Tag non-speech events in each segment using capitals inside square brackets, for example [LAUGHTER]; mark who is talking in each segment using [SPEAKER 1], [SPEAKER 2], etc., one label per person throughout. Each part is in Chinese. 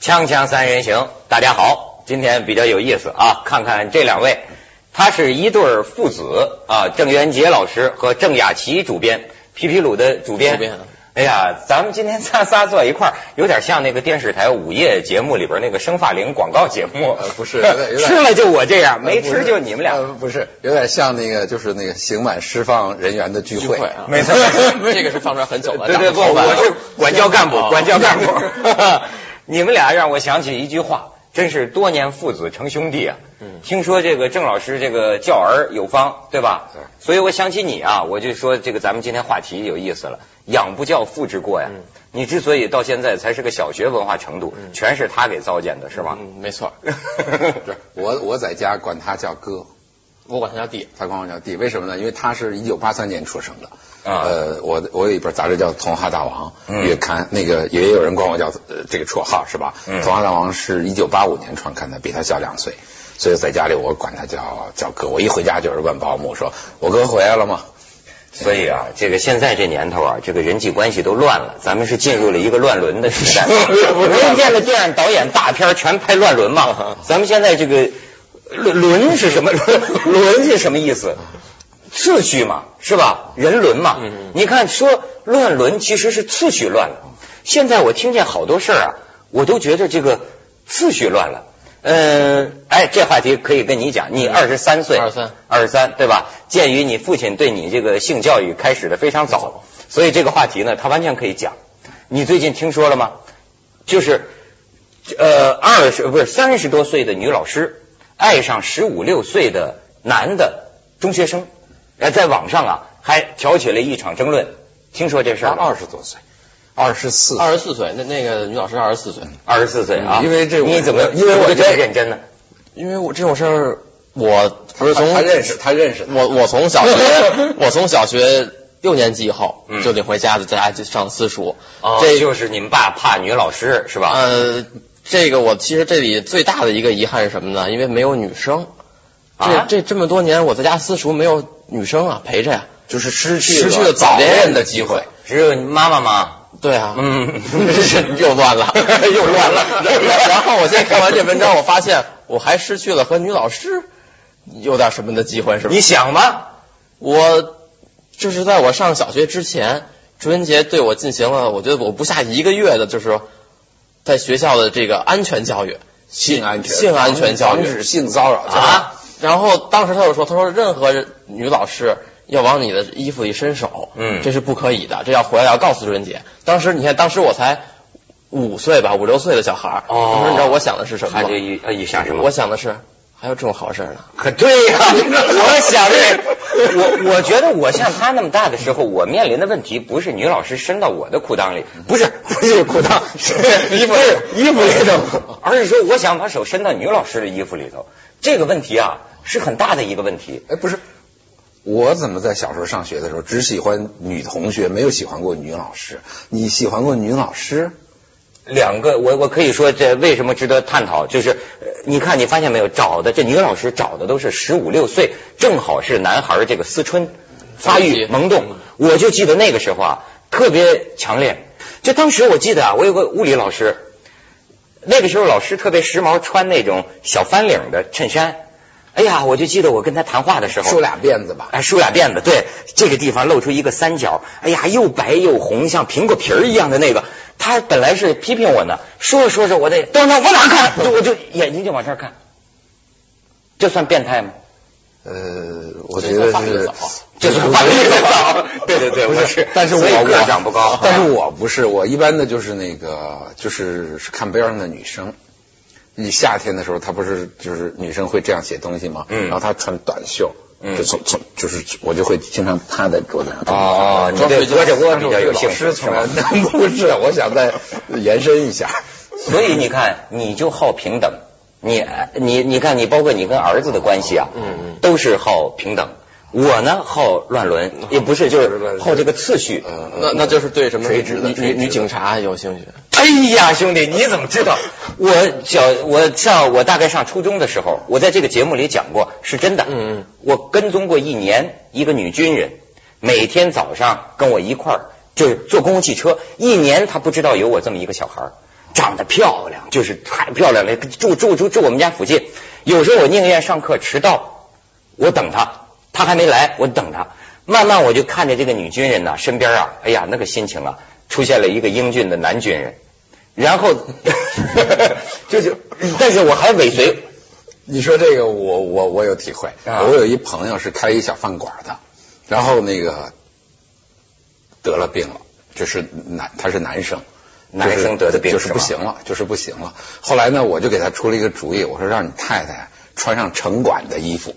[SPEAKER 1] 锵锵三人行，大家好，今天比较有意思啊，看看这两位，他是一对儿父子啊，郑渊洁老师和郑雅琪主编，皮皮鲁的主编。
[SPEAKER 2] 主编
[SPEAKER 1] [LAUGHS] 哎呀，咱们今天仨仨坐在一块儿，有点像那个电视台午夜节目里边那个生发灵广告节目
[SPEAKER 2] 呃。不是有点有点
[SPEAKER 1] 吃了就我这样，没
[SPEAKER 2] 呃不
[SPEAKER 1] 吃
[SPEAKER 2] 是
[SPEAKER 1] 就你们俩。
[SPEAKER 2] 呃不是，有点像那个就是那个刑满释放人员的聚会。
[SPEAKER 1] 啊 [LAUGHS] 没错
[SPEAKER 2] 这个是放出来很久了
[SPEAKER 1] 对对不，
[SPEAKER 2] 长得好吧
[SPEAKER 1] 我是管教干部，
[SPEAKER 2] 哦
[SPEAKER 1] 管教干部。 [LAUGHS] 你们俩让我想起一句话，真是多年父子成兄弟啊。
[SPEAKER 2] 嗯
[SPEAKER 1] 听说这个郑老师这个教儿有方，对吧？
[SPEAKER 2] 对
[SPEAKER 1] 所以我想起你啊，我就说这个咱们今天话题有意思了，养不教父之过呀。
[SPEAKER 2] 嗯
[SPEAKER 1] 你之所以到现在才是个小学文化程度，
[SPEAKER 2] 嗯
[SPEAKER 1] 全是他给糟践的，是吗？
[SPEAKER 2] 嗯， [LAUGHS] 没错，
[SPEAKER 3] 我我在家管他叫哥，
[SPEAKER 2] 我管他叫弟。
[SPEAKER 3] 他管我叫弟，为什么呢？因为他是一九八三年出生的。
[SPEAKER 1] [LAUGHS] 啊
[SPEAKER 3] 呃，我我有一本杂志叫《童话大王》
[SPEAKER 1] 嗯
[SPEAKER 3] 月刊，那个也有人管我叫、呃这个绰号是吧？
[SPEAKER 1] 嗯
[SPEAKER 3] 童话大王》是一九八五年创刊的，比他小两岁，所以在家里我管他叫叫哥。我一回家就是问保姆说：“我哥回来了吗
[SPEAKER 1] 所以啊，这个现在这年头啊，这个人际关系都乱了，咱们是进入了一个乱伦的时代。不 [LAUGHS] 是见了电影导演大片儿全拍乱伦 [LAUGHS] 嘛？咱们现在这个伦伦是什 [LAUGHS] 么？伦是什么意思？秩序嘛，是吧？人伦嘛。
[SPEAKER 2] 嗯嗯
[SPEAKER 1] 你看说乱伦其实是次序乱了。现在我听见好多事儿啊，我都觉得这个次序乱了。嗯，哎，这话题可以跟你讲。你嗯二十三岁，
[SPEAKER 2] 23
[SPEAKER 1] 二十三，对吧？鉴于你父亲对你这个性教育开始的非常早，所以这个话题呢，他完全可以讲。你最近听说了吗？就是，呃，二十不是三十多岁的女老师爱上十五六岁的男的中学生，哎，在网上啊还挑起了一场争论。听说这？”事
[SPEAKER 3] 他
[SPEAKER 1] 儿了？
[SPEAKER 3] 二十多岁，二十四。
[SPEAKER 1] 啊
[SPEAKER 2] 二十四岁，那那个女老师二十四岁，
[SPEAKER 1] 二十四岁啊？
[SPEAKER 3] 嗯因为这我
[SPEAKER 1] 你怎么？
[SPEAKER 3] 因为我
[SPEAKER 1] 这么认真呢？
[SPEAKER 2] 因为我这种事儿，我不是从
[SPEAKER 3] 他认识，他认识他
[SPEAKER 2] 我我从小学，我从小学六年级以后
[SPEAKER 1] 嗯哦
[SPEAKER 2] 就得回家，就在家就上私塾。
[SPEAKER 1] 这
[SPEAKER 3] 哦
[SPEAKER 2] 这
[SPEAKER 1] 就是你们爸怕女老师是吧？
[SPEAKER 2] 呃，这个我其实这里最大的一个遗憾是什么呢？因为没有女生。
[SPEAKER 3] 嗯
[SPEAKER 2] 这
[SPEAKER 1] 啊
[SPEAKER 2] 这这么多年我在家私塾没有女生啊陪着呀，
[SPEAKER 3] 就是失去
[SPEAKER 2] 失去了早
[SPEAKER 3] 早
[SPEAKER 2] 恋
[SPEAKER 3] 恋
[SPEAKER 2] 的
[SPEAKER 3] 的
[SPEAKER 2] 机
[SPEAKER 3] 机
[SPEAKER 2] 会
[SPEAKER 3] 会。
[SPEAKER 1] 只有你妈妈吗？
[SPEAKER 2] 对啊，
[SPEAKER 1] 嗯 [LAUGHS]
[SPEAKER 2] [LAUGHS] 又乱了，
[SPEAKER 1] 又乱 [LAUGHS] 了
[SPEAKER 2] 然后我现在看完这文章，我发现我还失去了和女老师有点什么的机会，是吧
[SPEAKER 1] 你？想吧，
[SPEAKER 2] 我就是在我上小学之前，朱云杰对我进行了，我觉得我不下一个月的，就是说在学校的这个安全教育。
[SPEAKER 3] 性安全，
[SPEAKER 2] 性安全教育
[SPEAKER 3] 防止性骚扰教育
[SPEAKER 1] 啊
[SPEAKER 2] 然后当时他就说，他说任何人女老师要往你的衣服里伸手，
[SPEAKER 1] 嗯
[SPEAKER 2] 这是不可以的，这要回来要告诉朱云杰。当时你看，当时我才五岁吧，五六岁的小孩儿，
[SPEAKER 1] 哦
[SPEAKER 2] 当时你知道我想的是什么
[SPEAKER 1] 他
[SPEAKER 2] 吗
[SPEAKER 1] 就？一呃一想什么？
[SPEAKER 2] 我想的是还有这种好事儿呢。
[SPEAKER 1] 可对呀、 [LAUGHS] 我想这，我我觉得我像他那么大的时候，我面临的问题不是女老师伸到我的裤裆里，不是不
[SPEAKER 3] 哎
[SPEAKER 1] 是裤
[SPEAKER 2] [LAUGHS]
[SPEAKER 1] 裆，是 [LAUGHS] 衣服里衣服里头，而是说我想把手伸到女老师的衣服里头，这个问题啊是很大的一个问题。
[SPEAKER 3] [LAUGHS] 哎，不是，我怎么在小时候上学的时候只喜欢女同学，没有喜欢过女老师？你喜欢过女老师？
[SPEAKER 1] 两个，我我可以说这为什么值得探讨，就是呃你看你发现没有，找的这女老师找的都是十五六岁，正好是男孩儿这个思春发育
[SPEAKER 2] 嗯
[SPEAKER 1] 萌动。我就记得那个时候啊，特别强烈。就当时我记得啊，我有个物理老师，那个时候老师特别时髦，穿那种小翻领的衬衫。哎呀，我就记得我跟他谈话的时候，
[SPEAKER 3] 梳俩辫子吧。
[SPEAKER 1] 哎，梳俩辫子，对，这个地方露出一个三角，哎呀，又白又红，像苹果皮儿一样的那个。他本来是批评我呢，说着说着，我得等等，往哪看？就我就眼睛就往这儿看，这算变态吗？
[SPEAKER 3] 呃，我
[SPEAKER 2] 这
[SPEAKER 3] 觉得
[SPEAKER 2] 发育
[SPEAKER 3] 是
[SPEAKER 2] 早，
[SPEAKER 1] 这算发育早对对对
[SPEAKER 3] 不
[SPEAKER 1] 我是
[SPEAKER 3] 但是我
[SPEAKER 1] 所以个儿
[SPEAKER 3] 我
[SPEAKER 1] 长不高
[SPEAKER 3] 但是我不是，我一般的就是那个，就是是看边上的女生。你夏天的时候，她不是就是女生会这样写东西吗？
[SPEAKER 1] 嗯
[SPEAKER 3] 然后她穿短袖，
[SPEAKER 1] 嗯
[SPEAKER 3] 就从从就是我就会经常趴在桌子上。
[SPEAKER 1] 哦你对胳肢窝比较有兴趣
[SPEAKER 3] 老师从来 [LAUGHS] 不是，我想再延伸一下。
[SPEAKER 1] 所以你看，你就好平等，你你你看，你包括你跟儿子的关系啊，
[SPEAKER 2] 嗯嗯
[SPEAKER 1] 都是好平等。我呢好乱伦，
[SPEAKER 2] 嗯
[SPEAKER 1] 也不是就是好这个次序。
[SPEAKER 2] 那
[SPEAKER 1] 呃
[SPEAKER 2] 那就是对什么
[SPEAKER 3] 垂直的
[SPEAKER 2] 女
[SPEAKER 3] 垂
[SPEAKER 2] 女
[SPEAKER 3] 直的
[SPEAKER 2] 女警察有兴趣？ [LAUGHS]
[SPEAKER 1] 哎呀，兄弟，你怎么知道？我小我上我大概上初中的时候，我在这个节目里讲过，是真的。
[SPEAKER 2] 嗯嗯
[SPEAKER 1] 我跟踪过一年一个女军人，每天早上跟我一块儿，就是坐公共汽车，一年她不知道有我这么一个小孩儿。长得漂亮，就是太漂亮了，住住住住我们家附近。有时候我宁愿上课迟到，我等她，她还没来，我等她。慢慢我就看着这个女军人呐、身边啊，哎呀，那个心情啊，出现了一个英俊的男军人，然后 [LAUGHS] 就是，但是我还尾随，
[SPEAKER 3] 你说这个我，我我有体会。
[SPEAKER 1] 啊
[SPEAKER 3] 我有一朋友是开一小饭馆的，然后那个得了病了，就是男，他是男生，
[SPEAKER 1] 男
[SPEAKER 3] 就是
[SPEAKER 1] 生得的病
[SPEAKER 3] 就是不
[SPEAKER 1] 是
[SPEAKER 3] 行了，就是不行了。后来呢，我就给他出了一个主意，我说让你太太穿上城管的衣服，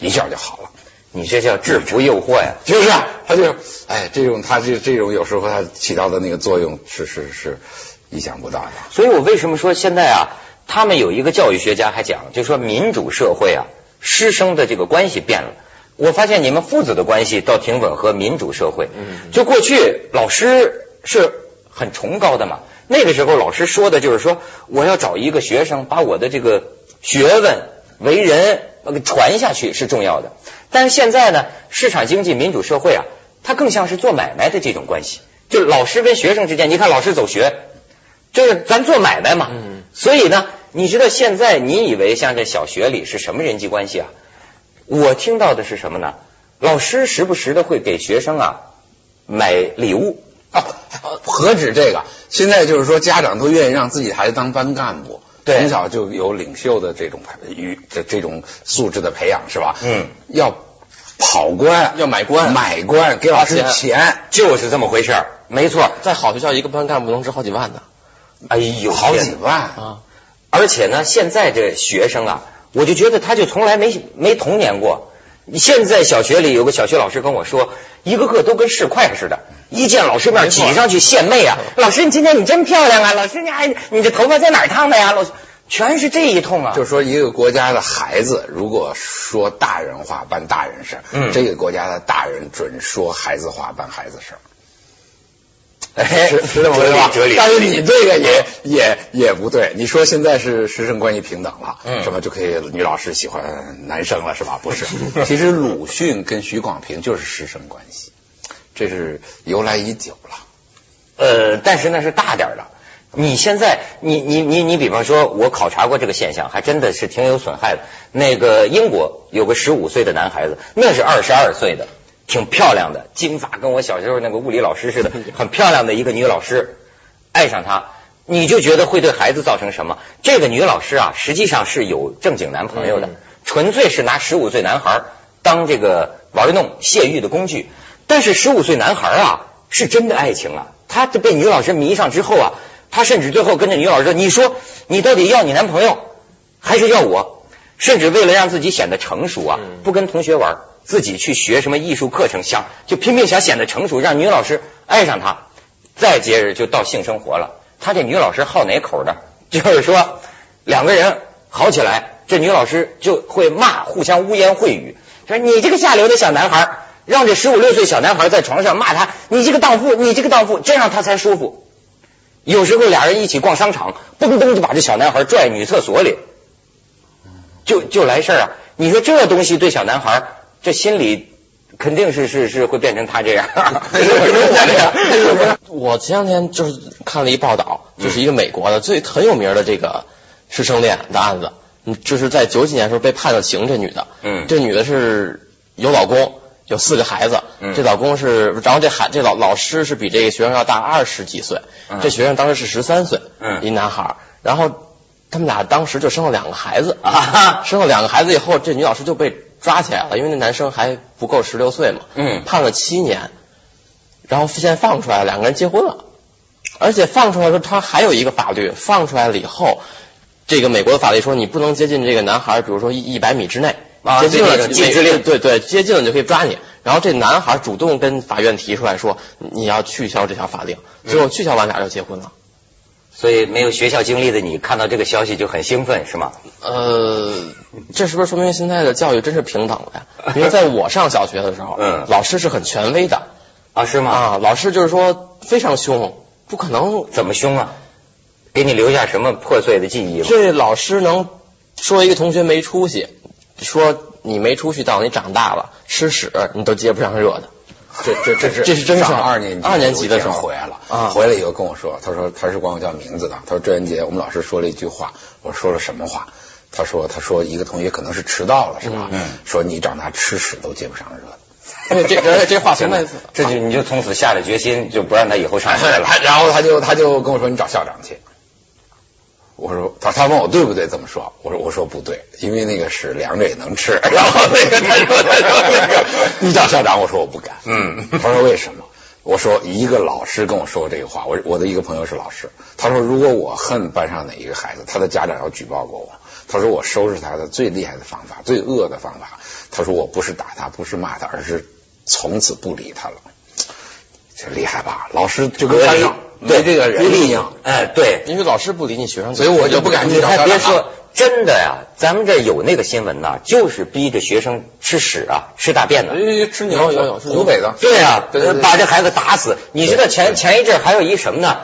[SPEAKER 3] 一下就好了。
[SPEAKER 1] 你这叫制服诱惑呀、
[SPEAKER 3] 就是啊，他就哎，这种他这这种有时候他起到的那个作用是是是意想不到的。
[SPEAKER 1] 所以我为什么说现在啊，他们有一个教育学家还讲，就说民主社会啊，师生的这个关系变了。我发现你们父子的关系倒挺吻合民主社会。
[SPEAKER 2] 嗯
[SPEAKER 1] 就过去老师是很崇高的嘛，那个时候老师说的就是说，我要找一个学生把我的这个学问、为人呃给传下去是重要的。但是现在呢，市场经济、民主社会啊，它更像是做买卖的这种关系，就是老师跟学生之间，你看老师走学，就是咱做买卖嘛。
[SPEAKER 2] 嗯
[SPEAKER 1] 所以呢，你知道现在你以为像这小学里是什么人际关系啊？我听到的是什么呢？老师时不时的会给学生啊买礼物，
[SPEAKER 3] 啊，何止这个，现在就是说家长都愿意让自己孩子当班干部，
[SPEAKER 1] 对
[SPEAKER 3] 从小就有领袖的这种培育这这种素质的培养是吧？
[SPEAKER 1] 嗯，
[SPEAKER 3] 要跑官，
[SPEAKER 2] 要买官
[SPEAKER 3] 买官，给老师
[SPEAKER 2] 花
[SPEAKER 3] 钱，
[SPEAKER 1] 就是这么回事儿。没错，
[SPEAKER 2] 在好学校一个班干部能值好几万呢
[SPEAKER 1] 哎呦，
[SPEAKER 3] 好
[SPEAKER 1] 天
[SPEAKER 3] 几
[SPEAKER 1] 哪
[SPEAKER 3] 万。
[SPEAKER 2] 啊！
[SPEAKER 1] 而且呢，现在这学生啊，我就觉得他就从来没没童年过。现在小学里有个小学老师跟我说，一个个都跟市侩似的，一见老师面
[SPEAKER 2] 没错
[SPEAKER 1] 挤上去献媚啊！老师，你今天你真漂亮啊！老师，你还你这头发在哪儿烫的呀？老师，全是这一通啊！
[SPEAKER 3] 就是说，一个国家的孩子，如果说大人话办大人事儿，
[SPEAKER 1] 嗯
[SPEAKER 3] 这个国家的大人准说孩子话办孩子事儿。
[SPEAKER 1] 哎
[SPEAKER 3] 是是这么回事吧？
[SPEAKER 1] 哲理哲
[SPEAKER 3] 但
[SPEAKER 1] 理
[SPEAKER 3] 是你这个也嗯也也不对。你说现在是师生关系平等了，
[SPEAKER 1] 嗯
[SPEAKER 3] 什么就可以女老师喜欢男生了是吧？不是， [LAUGHS] 其实鲁迅跟许广平就是师生关系，这是由来已久了。
[SPEAKER 1] 呃，但是那是大点儿的。你现在，你你你你，比方说，我考察过这个现象，还真的是挺有损害的。那个英国有个十五岁的男孩子，那是二十二岁的，挺漂亮的，金发，跟我小时候那个物理老师似的，很漂亮的一个女老师，爱上他，你就觉得会对孩子造成什么？这个女老师啊，实际上是有正经男朋友的，
[SPEAKER 2] 嗯
[SPEAKER 1] 纯粹是拿十五岁男孩儿当这个玩弄泄欲的工具。但是十五岁男孩啊，是真的爱情啊，他被女老师迷上之后啊，他甚至最后跟着女老师说：“你说你到底要你男朋友，还是要我？”甚至为了让自己显得成熟啊
[SPEAKER 2] 嗯，
[SPEAKER 1] 不跟同学玩，自己去学什么艺术课程，想就拼命想显得成熟，让女老师爱上他。再接着就到性生活了。他这女老师好哪口的？ [LAUGHS] 就是说两个人好起来，这女老师就会骂，互相污言秽语，说你这个下流的小男孩儿，让这十五六岁小男孩在床上骂他，你这个荡妇，你这个荡妇，这样他才舒服。有时候俩人一起逛商场，嘣嘣就把这小男孩拽女厕所里，就就来事儿啊！你说这东西对小男孩儿这心理肯定是是是会变成他这 [LAUGHS] 样，是不是我这样？是不是？ [LAUGHS]
[SPEAKER 2] 我前两天就是看了一报道，就是一个美国的最很有名的这个师生恋的案子，嗯就是在九几年的时候被判了刑，这女的，
[SPEAKER 1] 嗯
[SPEAKER 2] 这女的是有老公，有四个孩子，
[SPEAKER 1] 嗯
[SPEAKER 2] 这老公是，然后这孩这老老师是比这个学生要大二十几岁，
[SPEAKER 1] 嗯
[SPEAKER 2] 这学生当时是十三岁，
[SPEAKER 1] 嗯
[SPEAKER 2] 一男孩儿，然后他们俩当时就生了两个孩子，
[SPEAKER 1] 啊哈
[SPEAKER 2] 生了两个孩子以后，这女老师就被抓起来了，因为那男生还不够十六岁嘛，
[SPEAKER 1] 嗯
[SPEAKER 2] 判了七年，然后现在放出来了，两个人结婚了，而且放出来说他还有一个法律，放出来了以后，这个美国的法律说你不能接近这个男孩，比如说一一百米之内，
[SPEAKER 1] 啊
[SPEAKER 2] 接近
[SPEAKER 1] 对
[SPEAKER 2] 了
[SPEAKER 1] 对禁止令
[SPEAKER 2] 对对，接近了你就可以抓你。然后这男孩主动跟法院提出来说你要取消这条法令，最后取消完俩就结婚了。
[SPEAKER 1] 所以没有学校经历的你，看到这个消息就很兴奋，是吗？
[SPEAKER 2] 呃，这是不是说明现在的教育真是平等了呀？
[SPEAKER 3] [LAUGHS]
[SPEAKER 2] 因为在我上小学的时候，
[SPEAKER 1] 嗯
[SPEAKER 2] 老师是很权威的
[SPEAKER 1] 啊，
[SPEAKER 3] 嗯
[SPEAKER 1] 是吗？
[SPEAKER 2] 啊，老师就是说非常凶，不可能
[SPEAKER 1] 怎么凶啊？给你留下什么破碎的记忆吗？
[SPEAKER 2] 这老师能说一个同学没
[SPEAKER 3] [LAUGHS]
[SPEAKER 2] 出息，说你没出息到你长大了吃屎你都接不上热的，
[SPEAKER 3] 这这这是
[SPEAKER 2] 这是真事儿
[SPEAKER 3] 上二年级
[SPEAKER 2] 二年级的时候
[SPEAKER 3] 有一天回来了
[SPEAKER 2] 啊
[SPEAKER 3] 回来以后跟我说，他说他是管我叫名字的，他说郑元杰，我们老师说了一句话，我说了什么话？他说他说一个同学可能是迟到了是吧？
[SPEAKER 2] 嗯
[SPEAKER 3] 说你长大吃屎都接不上
[SPEAKER 2] [LAUGHS]
[SPEAKER 3] 热的。
[SPEAKER 2] 对这这这话从来
[SPEAKER 1] 这就你就从此下了决心，就不让他以后上学了。
[SPEAKER 3] 啊哎他然后他就他就跟我说你找校长去。我说他他问我对不对这么说，我说我说不对，因为那个屎凉着也能吃。 [LAUGHS] 然后那个他说他说
[SPEAKER 2] [LAUGHS]
[SPEAKER 3] 那个你找校长，我说我不敢。
[SPEAKER 1] 嗯
[SPEAKER 3] [LAUGHS] 他说为什么？我说一个老师跟我说过这个话，我我的一个朋友是老师，他说如果我恨班上哪一个孩子，他的家长要举报过我。他说我收拾他的最厉害的方法，最恶的方法，他说我不是打他，不是骂他，而是从此不理他了。这厉害吧？老师就跟班上对这个人一样，
[SPEAKER 1] 哎，对，
[SPEAKER 2] 因为老师不理你，学生就
[SPEAKER 3] 所以我就不敢去
[SPEAKER 1] 你
[SPEAKER 3] 找
[SPEAKER 1] 还
[SPEAKER 3] 家
[SPEAKER 1] 别
[SPEAKER 3] 长。
[SPEAKER 1] 说，真的呀，咱们这儿有那个新闻呐，就是逼着学生吃屎啊，吃大便的。
[SPEAKER 2] 哎吃牛有有
[SPEAKER 3] 湖北的，
[SPEAKER 1] 对啊，
[SPEAKER 3] 对对对
[SPEAKER 1] 把这孩子打死。你知道前前一阵儿还有一什么呢？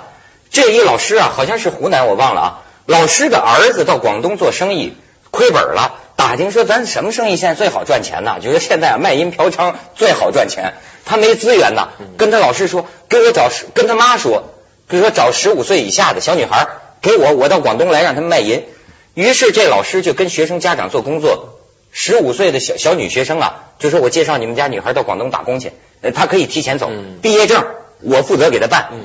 [SPEAKER 1] 这一老师啊，好像是湖南，我忘了啊。老师的儿子到广东做生意，亏本了，打听说咱什么生意现在最好赚钱呢？觉得现在啊卖淫嫖娼最好赚钱，他没资源呐，
[SPEAKER 3] 嗯
[SPEAKER 1] 跟他老师说，跟我找十跟他妈说，比如说找十五岁以下的小女孩儿给我，我到广东来让他们卖淫。于是这老师就跟学生家长做工作，十五岁的小小女学生啊，就说我介绍你们家女孩到广东打工去，呃，她可以提前走，
[SPEAKER 2] 嗯
[SPEAKER 1] 毕业证我负责给她办。
[SPEAKER 2] 嗯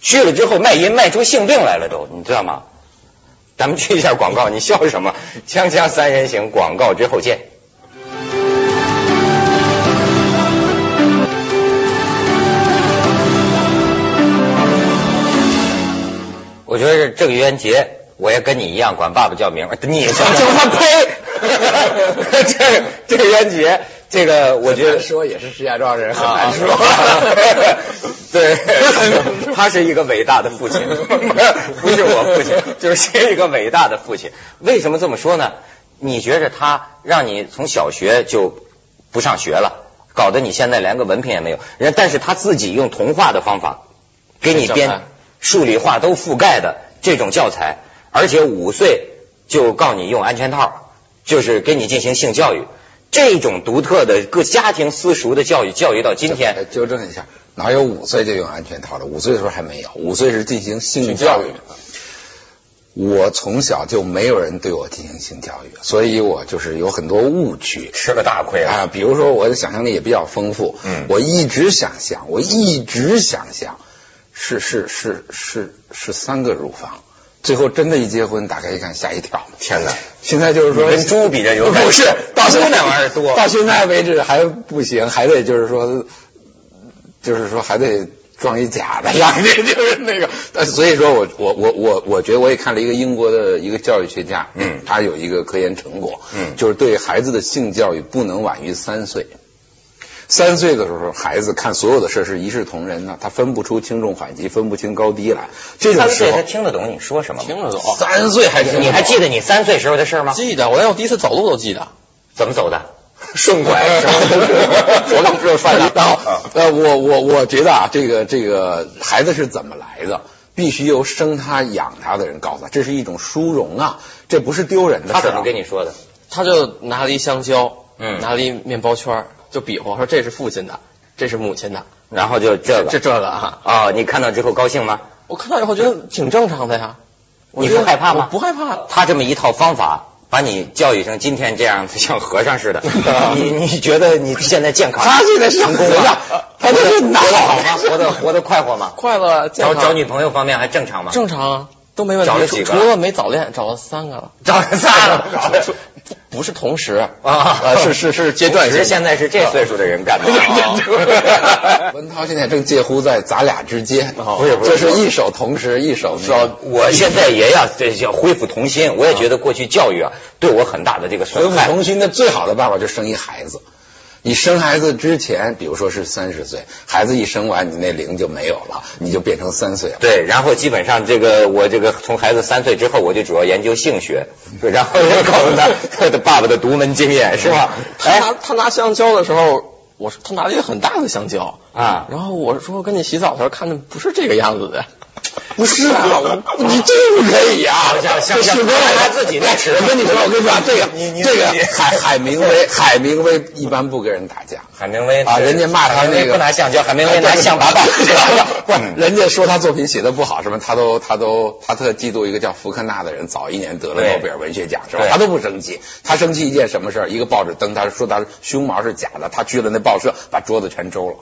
[SPEAKER 1] 去了之后卖淫卖出性病来了都，你知道吗？咱们去一下广告，你笑什么？锵锵三人行，广告之后见。我觉得是郑渊洁，我也跟你一样管爸爸叫名儿，你叫他呸！ [LAUGHS] 郑郑渊洁，这个我觉得
[SPEAKER 3] 说也是石家庄人很
[SPEAKER 1] 啊
[SPEAKER 3] 难说。 [LAUGHS]
[SPEAKER 2] [LAUGHS]
[SPEAKER 1] 对， [LAUGHS] 他是一个伟大的父亲，不是我父亲，就是一个伟大的父亲。为什么这么说呢？你觉着他让你从小学就不上学了，搞得你现在连个文凭也没有，人但是他自己用童话的方法给你
[SPEAKER 2] 教
[SPEAKER 1] 编
[SPEAKER 2] 材
[SPEAKER 1] 数理化都覆盖的这种教材，而且五岁就告你用安全套，就是给你进行性教育。这种独特的各家庭私塾的教育，教育到今天，
[SPEAKER 3] 来纠正一下，哪有五岁就用安全套的？五岁的时候还没有，五岁是进行性教育。我从小就没有人对我进行性教育，所以我就是有很多误区。
[SPEAKER 1] 吃了大亏了。
[SPEAKER 3] 啊，比如说我的想象力也比较丰富，
[SPEAKER 1] 嗯
[SPEAKER 3] 我一直想象，我一直想象，是是是是是三个乳房，最后真的一结婚，打开一看吓一跳，
[SPEAKER 1] 天哪！
[SPEAKER 3] 现在就是说
[SPEAKER 1] 你跟猪比这有感
[SPEAKER 3] 不是
[SPEAKER 1] 觉
[SPEAKER 3] 到现在
[SPEAKER 1] 猪那玩意儿多
[SPEAKER 3] 到现在为止还不行，还得就是说，就是说还得装一假的呀，这 [LAUGHS] 就是那个。但所以说我我我我我觉得我也看了一个英国的一个教育学家，
[SPEAKER 1] 嗯
[SPEAKER 3] 他有一个科研成果，
[SPEAKER 1] 嗯
[SPEAKER 3] 就是对孩子的性教育不能晚于三岁。三岁的时候，孩子看所有的事是一视同仁的，他分不出轻重缓急，分不清高低来。这种
[SPEAKER 1] 三
[SPEAKER 3] 时
[SPEAKER 1] 岁他
[SPEAKER 3] 候，
[SPEAKER 1] 听得懂你说什么吗？
[SPEAKER 2] 听着都哦
[SPEAKER 3] 三岁还是
[SPEAKER 1] 你还记得你三岁时候的事儿吗？
[SPEAKER 2] 记得，我连我第一次走路都记得。
[SPEAKER 1] 怎么走的？
[SPEAKER 3] 顺拐
[SPEAKER 2] 我怎么知道摔的
[SPEAKER 3] 然后呃，我我我觉得啊，这个这个孩子是怎么来的，必须由生他养他的人告诉他，这是一种殊荣啊，这不是丢人的事、
[SPEAKER 1] 他怎么跟？你说的？
[SPEAKER 2] 他就拿了一香蕉，
[SPEAKER 1] 嗯
[SPEAKER 2] 拿了一面包圈儿，就比划说这是父亲的，这是母亲的，
[SPEAKER 1] 然后就这个
[SPEAKER 2] 这这个啊。
[SPEAKER 1] 啊，你看到之后高兴吗？
[SPEAKER 2] 我看到以后觉得挺正常的呀。我
[SPEAKER 1] 你
[SPEAKER 2] 觉得
[SPEAKER 1] 不害怕吗
[SPEAKER 2] 我不害怕，
[SPEAKER 1] 他这么一套方法，把你教育成今天这样，像和尚似的。你你觉得你现在健康？
[SPEAKER 3] 他现在上
[SPEAKER 1] 成功
[SPEAKER 3] 学
[SPEAKER 1] 了
[SPEAKER 3] 了？，他这是哪
[SPEAKER 1] 活得好吗？活得活得快活吗？
[SPEAKER 2] 快乐健
[SPEAKER 1] 找
[SPEAKER 2] 康，
[SPEAKER 1] 找女朋友方面还正常吗？ [LAUGHS]
[SPEAKER 2] 正常啊都没问题。
[SPEAKER 1] 找了几个
[SPEAKER 2] 除除了没早恋，找了三个了，
[SPEAKER 1] 找仨了
[SPEAKER 2] 除不是同时
[SPEAKER 1] 啊
[SPEAKER 2] 呃是是是阶段
[SPEAKER 1] 其实
[SPEAKER 2] 性。
[SPEAKER 1] 现在是这岁数的人干的。 [LAUGHS]
[SPEAKER 3] 文涛现在正介乎在咱俩之间，
[SPEAKER 2] 哦
[SPEAKER 1] 不是不是
[SPEAKER 3] 就是一手同时一手那个
[SPEAKER 1] 说呃我现在也要这要恢复童心，我也觉得过去教育啊对我很大的这个
[SPEAKER 3] 恢
[SPEAKER 1] 损
[SPEAKER 3] 复
[SPEAKER 1] 害。
[SPEAKER 3] 童心的最好的办法就是生一孩子。你生孩子之前，比如说是三十岁，孩子一生完，你那零就没有了，你就变成三岁了。
[SPEAKER 1] 对，然后基本上这个我这个从孩子三岁之后，我就主要研究性学，然后就告诉他他的爸爸的独门经验是吧？
[SPEAKER 2] 他
[SPEAKER 1] 哎
[SPEAKER 2] 拿他拿香蕉的时候，我说他拿了一个很大的香蕉，
[SPEAKER 1] 啊，
[SPEAKER 2] 然后我说跟你洗澡的时候看的不是这个样子的，
[SPEAKER 3] [LAUGHS] 不是啊，
[SPEAKER 2] [LAUGHS]
[SPEAKER 3] 我你这个不可以啊！
[SPEAKER 1] 想想
[SPEAKER 3] 这
[SPEAKER 1] 想
[SPEAKER 3] 是不是
[SPEAKER 1] 想拿自己的尺
[SPEAKER 3] 我跟你说，我跟你说啊，这个
[SPEAKER 1] 你你
[SPEAKER 3] 这个
[SPEAKER 1] 你
[SPEAKER 3] 海海明威，海明威一般不跟人打架。哎
[SPEAKER 1] 海明威
[SPEAKER 3] 啊，人家骂他
[SPEAKER 1] 海明
[SPEAKER 3] 那
[SPEAKER 1] 威
[SPEAKER 3] 个
[SPEAKER 1] 不拿橡胶，海明威拿嗯象拔 [LAUGHS] 蚌。
[SPEAKER 3] 不，人家说他作品写的不好，什么他都他都他特嫉妒一个叫福克纳的人，早一年得了
[SPEAKER 1] 对
[SPEAKER 3] 诺贝尔文学奖，是吧
[SPEAKER 1] 对？
[SPEAKER 3] 他都不生气，他生气一件什么事儿？一个报纸登他说他胸毛是假的，他去了那报社，把桌子全周了，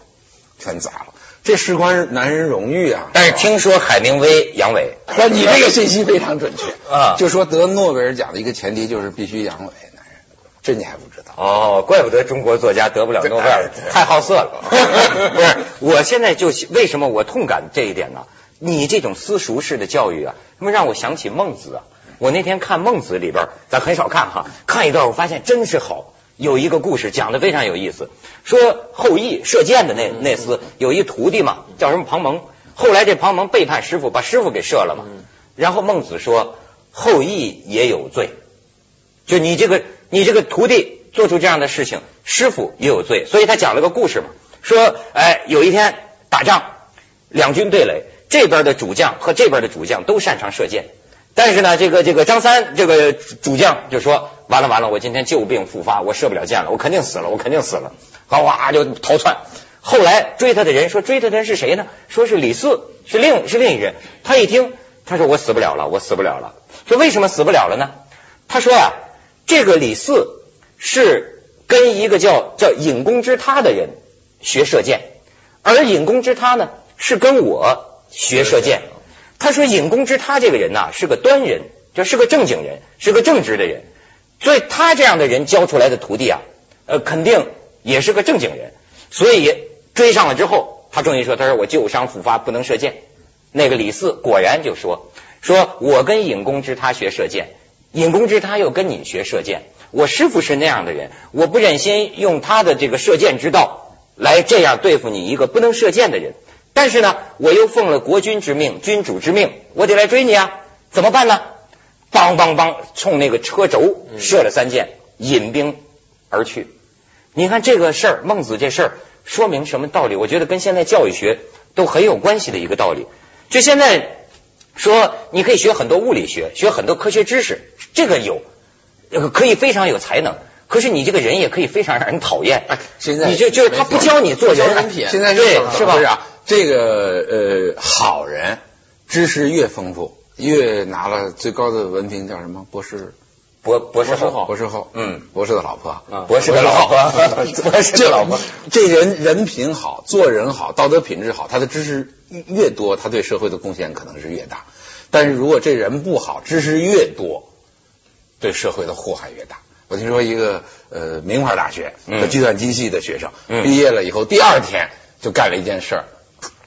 [SPEAKER 3] 全砸了。这事关男人荣誉啊！
[SPEAKER 1] 但是听说海明威阳痿，
[SPEAKER 3] 不，你这个信息非常准确
[SPEAKER 1] 啊
[SPEAKER 3] 就说得诺贝尔奖的一个前提就是必须阳痿，男人，这你还不知道？
[SPEAKER 1] 哦，怪不得中国作家得不了诺贝尔
[SPEAKER 3] 对对，
[SPEAKER 1] 太好色了。
[SPEAKER 3] 对
[SPEAKER 1] 不是，我现在就为什么我痛感这一点呢？你这种私塾式的教育啊，他妈让我想起孟子啊。我那天看孟子里边儿，咱很少看哈，看一段我发现真是好。有一个故事讲的非常有意思，说后羿射箭的那那厮有一徒弟嘛，叫什么庞蒙，后来这庞蒙背叛师傅，把师傅给射了嘛。然后孟子说，后羿也有罪。就你这个你这个徒弟做出这样的事情，师傅也有罪。所以他讲了个故事嘛，说哎，有一天打仗，两军对垒，这边的主将和这边的主将都擅长射箭，但是呢，这个这个张三这个主将就说，完了完了，我今天旧病复发，我射不了箭了，我肯定死了，我肯定死了，好哇啊就逃窜。后来追他的人说，追他的人是谁呢？说是李四，是另是另一人。他一听，他说我死不了了，我死不了了。说为什么死不了了呢？他说啊，这个李四是跟一个叫叫尹公之他的人学射箭，而尹公之他呢是跟我学射箭。他说尹公之他这个人呐、是个端人，就是个正经人，是个正直的人，所以他这样的人教出来的徒弟啊，呃，肯定也是个正经人。所以追上了之后，他终于说：“他说我旧伤复发，不能射箭。”那个李四果然就说：“说我跟尹公之他学射箭，尹公之他又跟你学射箭。我师傅是那样的人，我不忍心用他的这个射箭之道来这样对付你一个不能射箭的人。但是呢，我又奉了国君之命、君主之命，我得来追你啊！怎么办呢？梆梆梆，冲那个车轴射了三箭，引兵而去。你看这个事儿，孟子这事儿说明什么道理？我觉得跟现在教育学都很有关系的一个道理。就现在说，你可以学很多物理学，学很多科学知识，这个有，呃可以非常有才能。可是你这个人也可以非常让人讨厌。
[SPEAKER 3] 哎现在
[SPEAKER 1] 你就就是他不教你做人，
[SPEAKER 2] 不教人品
[SPEAKER 3] 现在
[SPEAKER 1] 对
[SPEAKER 3] 这么
[SPEAKER 1] 是吧
[SPEAKER 3] 不是？啊，这个呃，好人知识越丰富，越拿了最高的文凭，叫什么博士？
[SPEAKER 1] 博博士后，
[SPEAKER 3] 博士后，
[SPEAKER 1] 嗯，
[SPEAKER 3] 博士的老婆，啊
[SPEAKER 1] 博士的老婆， [LAUGHS] 博士的老婆。
[SPEAKER 3] 这人人品好，做人好，道德品质好，他的知识越多，他对社会的贡献可能是越大。但是如果这人不好，知识越多，对社会的祸害越大。我听说一个呃名牌大学
[SPEAKER 1] 嗯
[SPEAKER 3] 的计算机系的学生、
[SPEAKER 1] 嗯
[SPEAKER 3] 毕业了以后，第二天就干了一件事儿，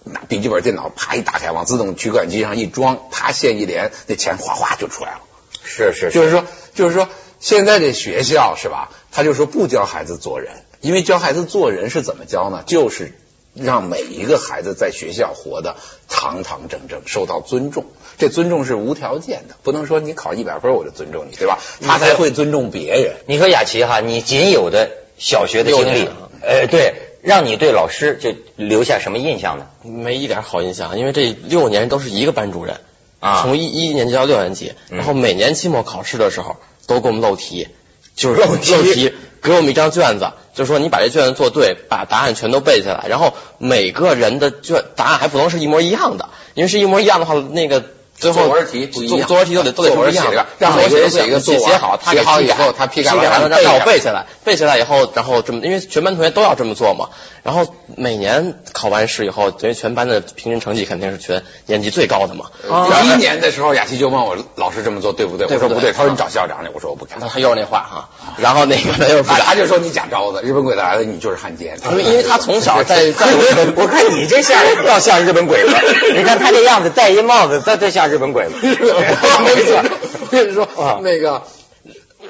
[SPEAKER 3] 拿笔记本电脑啪一打开，往自动取款机上一装，啪线一连，那钱哗哗就出来了。
[SPEAKER 1] 是是是，
[SPEAKER 3] 就是说，就是说，现在这学校是吧？他就说不教孩子做人，因为教孩子做人是怎么教呢？就是让每一个孩子在学校活得堂堂正正，受到尊重。这尊重是无条件的，不能说你考一百分我就尊重你，对吧？他才会尊重别人。
[SPEAKER 1] 你说雅琪哈，你仅有的小学的经
[SPEAKER 2] 六
[SPEAKER 1] 历
[SPEAKER 2] 年啊，
[SPEAKER 1] 呃，对，让你对老师就留下什么印象呢？
[SPEAKER 2] 没一点好印象，因为这六年都是一个班主任，
[SPEAKER 1] 啊
[SPEAKER 3] 啊
[SPEAKER 2] 从一一年级到六年级，
[SPEAKER 1] 嗯
[SPEAKER 2] 然后每年期末考试的时候都给我们漏题，就是
[SPEAKER 1] 漏题
[SPEAKER 2] [LAUGHS] 漏题，给我们一张卷子，就说你把这卷子做对，把答案全都背下来，然后每个人的卷答案还不能是一模一样的，因为是一模一样的话，那个最后
[SPEAKER 3] 作文题不一样
[SPEAKER 2] 作作文题都得都得
[SPEAKER 3] 作文
[SPEAKER 2] 不一样
[SPEAKER 3] 写
[SPEAKER 2] 的
[SPEAKER 3] 的，让每个人写一个
[SPEAKER 2] 作文
[SPEAKER 3] 作文
[SPEAKER 2] 写好，他
[SPEAKER 3] 写
[SPEAKER 2] 给
[SPEAKER 3] 好
[SPEAKER 2] 批
[SPEAKER 3] 以
[SPEAKER 2] 改
[SPEAKER 3] 后他批改完
[SPEAKER 2] 完
[SPEAKER 3] 了
[SPEAKER 2] 了
[SPEAKER 3] 背
[SPEAKER 2] 让
[SPEAKER 3] 下
[SPEAKER 2] 我背下来，背下来以后，然后这么，因为全班同学都要这么做嘛，然后每年考完试以后，因为全班的平均成绩肯定是全年级最高的嘛，
[SPEAKER 1] 啊
[SPEAKER 3] 第一年的时候，雅琪就问我老师这么做对不对？
[SPEAKER 2] 对
[SPEAKER 3] 我说
[SPEAKER 2] 不
[SPEAKER 3] 不
[SPEAKER 2] 对
[SPEAKER 3] 对，他说你找校长去，我说我不敢。
[SPEAKER 2] 那他又是那话哈，然后那个他哎又不
[SPEAKER 3] 啊
[SPEAKER 2] 啊
[SPEAKER 3] 他
[SPEAKER 2] 敢，
[SPEAKER 3] 就说你假招子，日本鬼子来了你就是汉奸。
[SPEAKER 2] 因为因为他从小 [LAUGHS] 在在我们
[SPEAKER 1] 我看你这像要像日本鬼
[SPEAKER 2] [LAUGHS]
[SPEAKER 1] 子，你看他这样子戴一帽子，他这像日本鬼子。
[SPEAKER 3] 没错，我跟你说
[SPEAKER 1] 啊，
[SPEAKER 3] 那个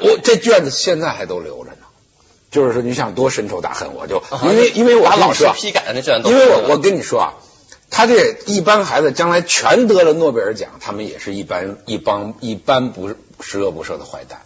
[SPEAKER 3] 我这卷子现在还都留着呢。就是说，你想多深仇大恨，我就因为因为我
[SPEAKER 2] 啊把
[SPEAKER 3] 跟
[SPEAKER 2] 老
[SPEAKER 3] 你
[SPEAKER 2] 师
[SPEAKER 3] 说啊，
[SPEAKER 2] 批改的那卷子都
[SPEAKER 3] 因为我我跟你说啊，他这一般孩子将来全得了诺贝尔奖，他们也是一般一帮一般不十恶不赦的坏蛋。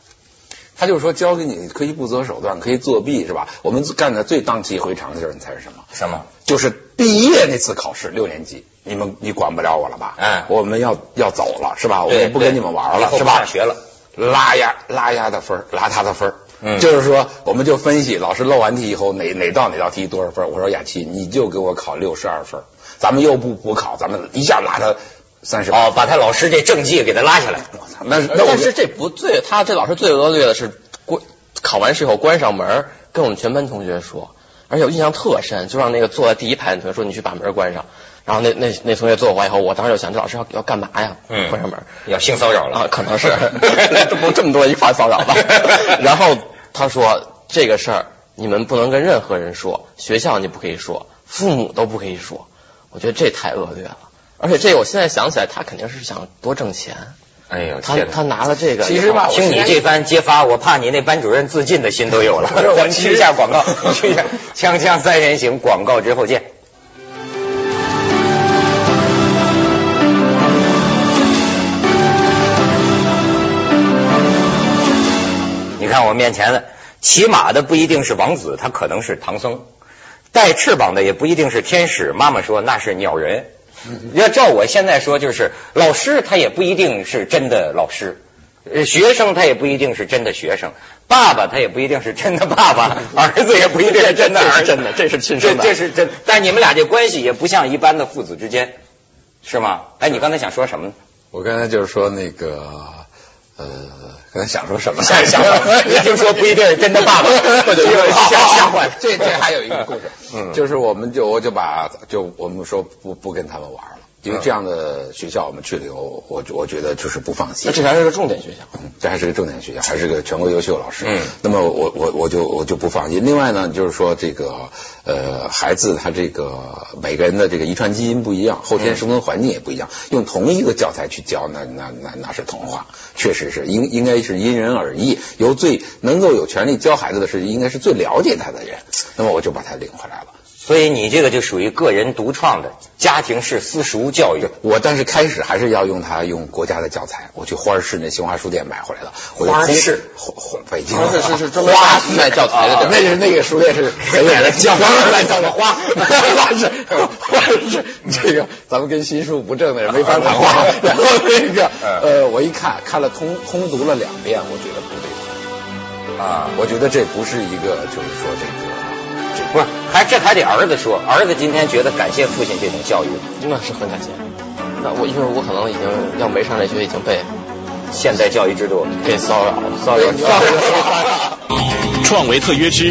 [SPEAKER 3] 他就说教给你可以不择手段，可以作弊，是吧？我们干的最荡气回肠的事儿，你猜是什么？
[SPEAKER 1] 什么？
[SPEAKER 3] 就是毕业那次考试六年级，你们你管不了我了吧？
[SPEAKER 1] 哎
[SPEAKER 3] 我们要要走了是吧？我
[SPEAKER 1] 对
[SPEAKER 3] 们不跟你们玩
[SPEAKER 1] 对以
[SPEAKER 3] 了
[SPEAKER 1] 后
[SPEAKER 3] 是
[SPEAKER 1] 不
[SPEAKER 3] 吧
[SPEAKER 1] 上？学了，
[SPEAKER 3] 拉压拉压的分儿，拉他的分儿。
[SPEAKER 1] 嗯
[SPEAKER 3] 就是说，我们就分析老师漏完题以后哪哪道哪道题多少分儿。我说雅琪，你就给我考六十二分儿，咱们又不补考，咱们一下拉他三十。
[SPEAKER 1] 哦，把他老师这政绩给他拉下来。
[SPEAKER 3] 我操， [LAUGHS] 那那我
[SPEAKER 2] 但是这不最，他这老师最恶劣的是关考完试以后关上门儿，跟我们全班同学说，而且我印象特深，就让那个坐在第一排的同学说你去把门儿关上。然后那那那同学坐我以后，我当时就想，这老师要要干嘛呀？
[SPEAKER 1] 嗯
[SPEAKER 2] 关上门儿。
[SPEAKER 1] 要性骚扰了
[SPEAKER 2] 啊，可
[SPEAKER 1] [LAUGHS]
[SPEAKER 2] 能是 [LAUGHS] 这不这么多一块儿骚扰吧。 [LAUGHS] 然后他说这个事儿你们不能跟任何人说，学校你不可以说，父母都不可以说。我觉得这太恶劣了，而且这我现在想起来，他肯定是想多挣钱，
[SPEAKER 1] 哎呦，
[SPEAKER 2] 他
[SPEAKER 1] 天哪
[SPEAKER 2] 他拿了这个以后。
[SPEAKER 3] 其实吧我
[SPEAKER 1] 听你这番揭发，我怕你那班主任自尽的心都有了。
[SPEAKER 3] 不是我
[SPEAKER 1] 咱们
[SPEAKER 3] 其
[SPEAKER 1] 去
[SPEAKER 3] 实
[SPEAKER 1] 一下广告，去一
[SPEAKER 3] [LAUGHS]
[SPEAKER 1] 下锵锵三人行广告之后见。你看我面前的，骑马的不一定是王子，他可能是唐僧；带翅膀的也不一定是天使。妈妈说那是鸟人。要照我现在说，就是老师他也不一定是真的老师，呃学生他也不一定是真的学生，爸爸他也不一定是真的爸爸，儿子也不一定是真的儿子。
[SPEAKER 2] 这是真的这是亲
[SPEAKER 1] 这
[SPEAKER 2] 生的
[SPEAKER 1] 这是真。但你们俩这关系也不像一般的父子之间，是吗？哎，你刚才想说什么呢？
[SPEAKER 3] 我刚才就是说那个呃，刚才想说什么？
[SPEAKER 1] 想想
[SPEAKER 3] [LAUGHS]
[SPEAKER 1] 了，一听说不一定是真的爸爸，
[SPEAKER 3] 我
[SPEAKER 1] 我
[SPEAKER 3] 就
[SPEAKER 1] 就吓
[SPEAKER 3] [LAUGHS]
[SPEAKER 1] 吓坏了。
[SPEAKER 3] 这这还有一个故事，
[SPEAKER 1] 嗯
[SPEAKER 3] 就是我们就我就把就我们说不不跟他们玩了，因为这样的学校我们去了以后，我我觉得就是不放心
[SPEAKER 2] 那。这还是个重点学校。
[SPEAKER 3] 嗯这还是个重点学校，还是个全国优秀老师。
[SPEAKER 1] 嗯
[SPEAKER 3] 那么我我我就我就不放心。另外呢，就是说这个呃，孩子他这个每个人的这个遗传基因不一样，后天生存环境也不一样，用同一个教材去教，那那那那是童话，确实是应应该是因人而异。由最能够有权利教孩子的是，应该是最了解他的人。那么我就把他领回来了。
[SPEAKER 1] 所以你这个就属于个人独创的家庭式私塾教育
[SPEAKER 3] 对。我但是开始还是要用它用国家的教材，我去花儿市那新华书店买回来的。我就
[SPEAKER 1] 花儿
[SPEAKER 3] 空
[SPEAKER 1] 市，
[SPEAKER 3] 花花北京
[SPEAKER 2] 花儿市是是专门
[SPEAKER 3] 花市
[SPEAKER 2] 卖教材的地儿
[SPEAKER 3] 啊那是那个书 [LAUGHS] 店是谁买的？教材卖教的花，花市花市这个咱们跟新书不正的人没法谈话。然后那个呃，我一看看了通通读了两遍，我觉得不对，
[SPEAKER 1] 啊，
[SPEAKER 3] 我觉得这不是一个就是说这个这
[SPEAKER 1] 不是，还这还得儿子说，儿子今天觉得感谢父亲这种教育，
[SPEAKER 2] 那是很感谢。那我因为我可能已经要没上这学，已经被
[SPEAKER 1] 现代教育制度
[SPEAKER 2] 被骚扰了。
[SPEAKER 3] [LAUGHS]
[SPEAKER 1] 骚扰。
[SPEAKER 4] 创维特约之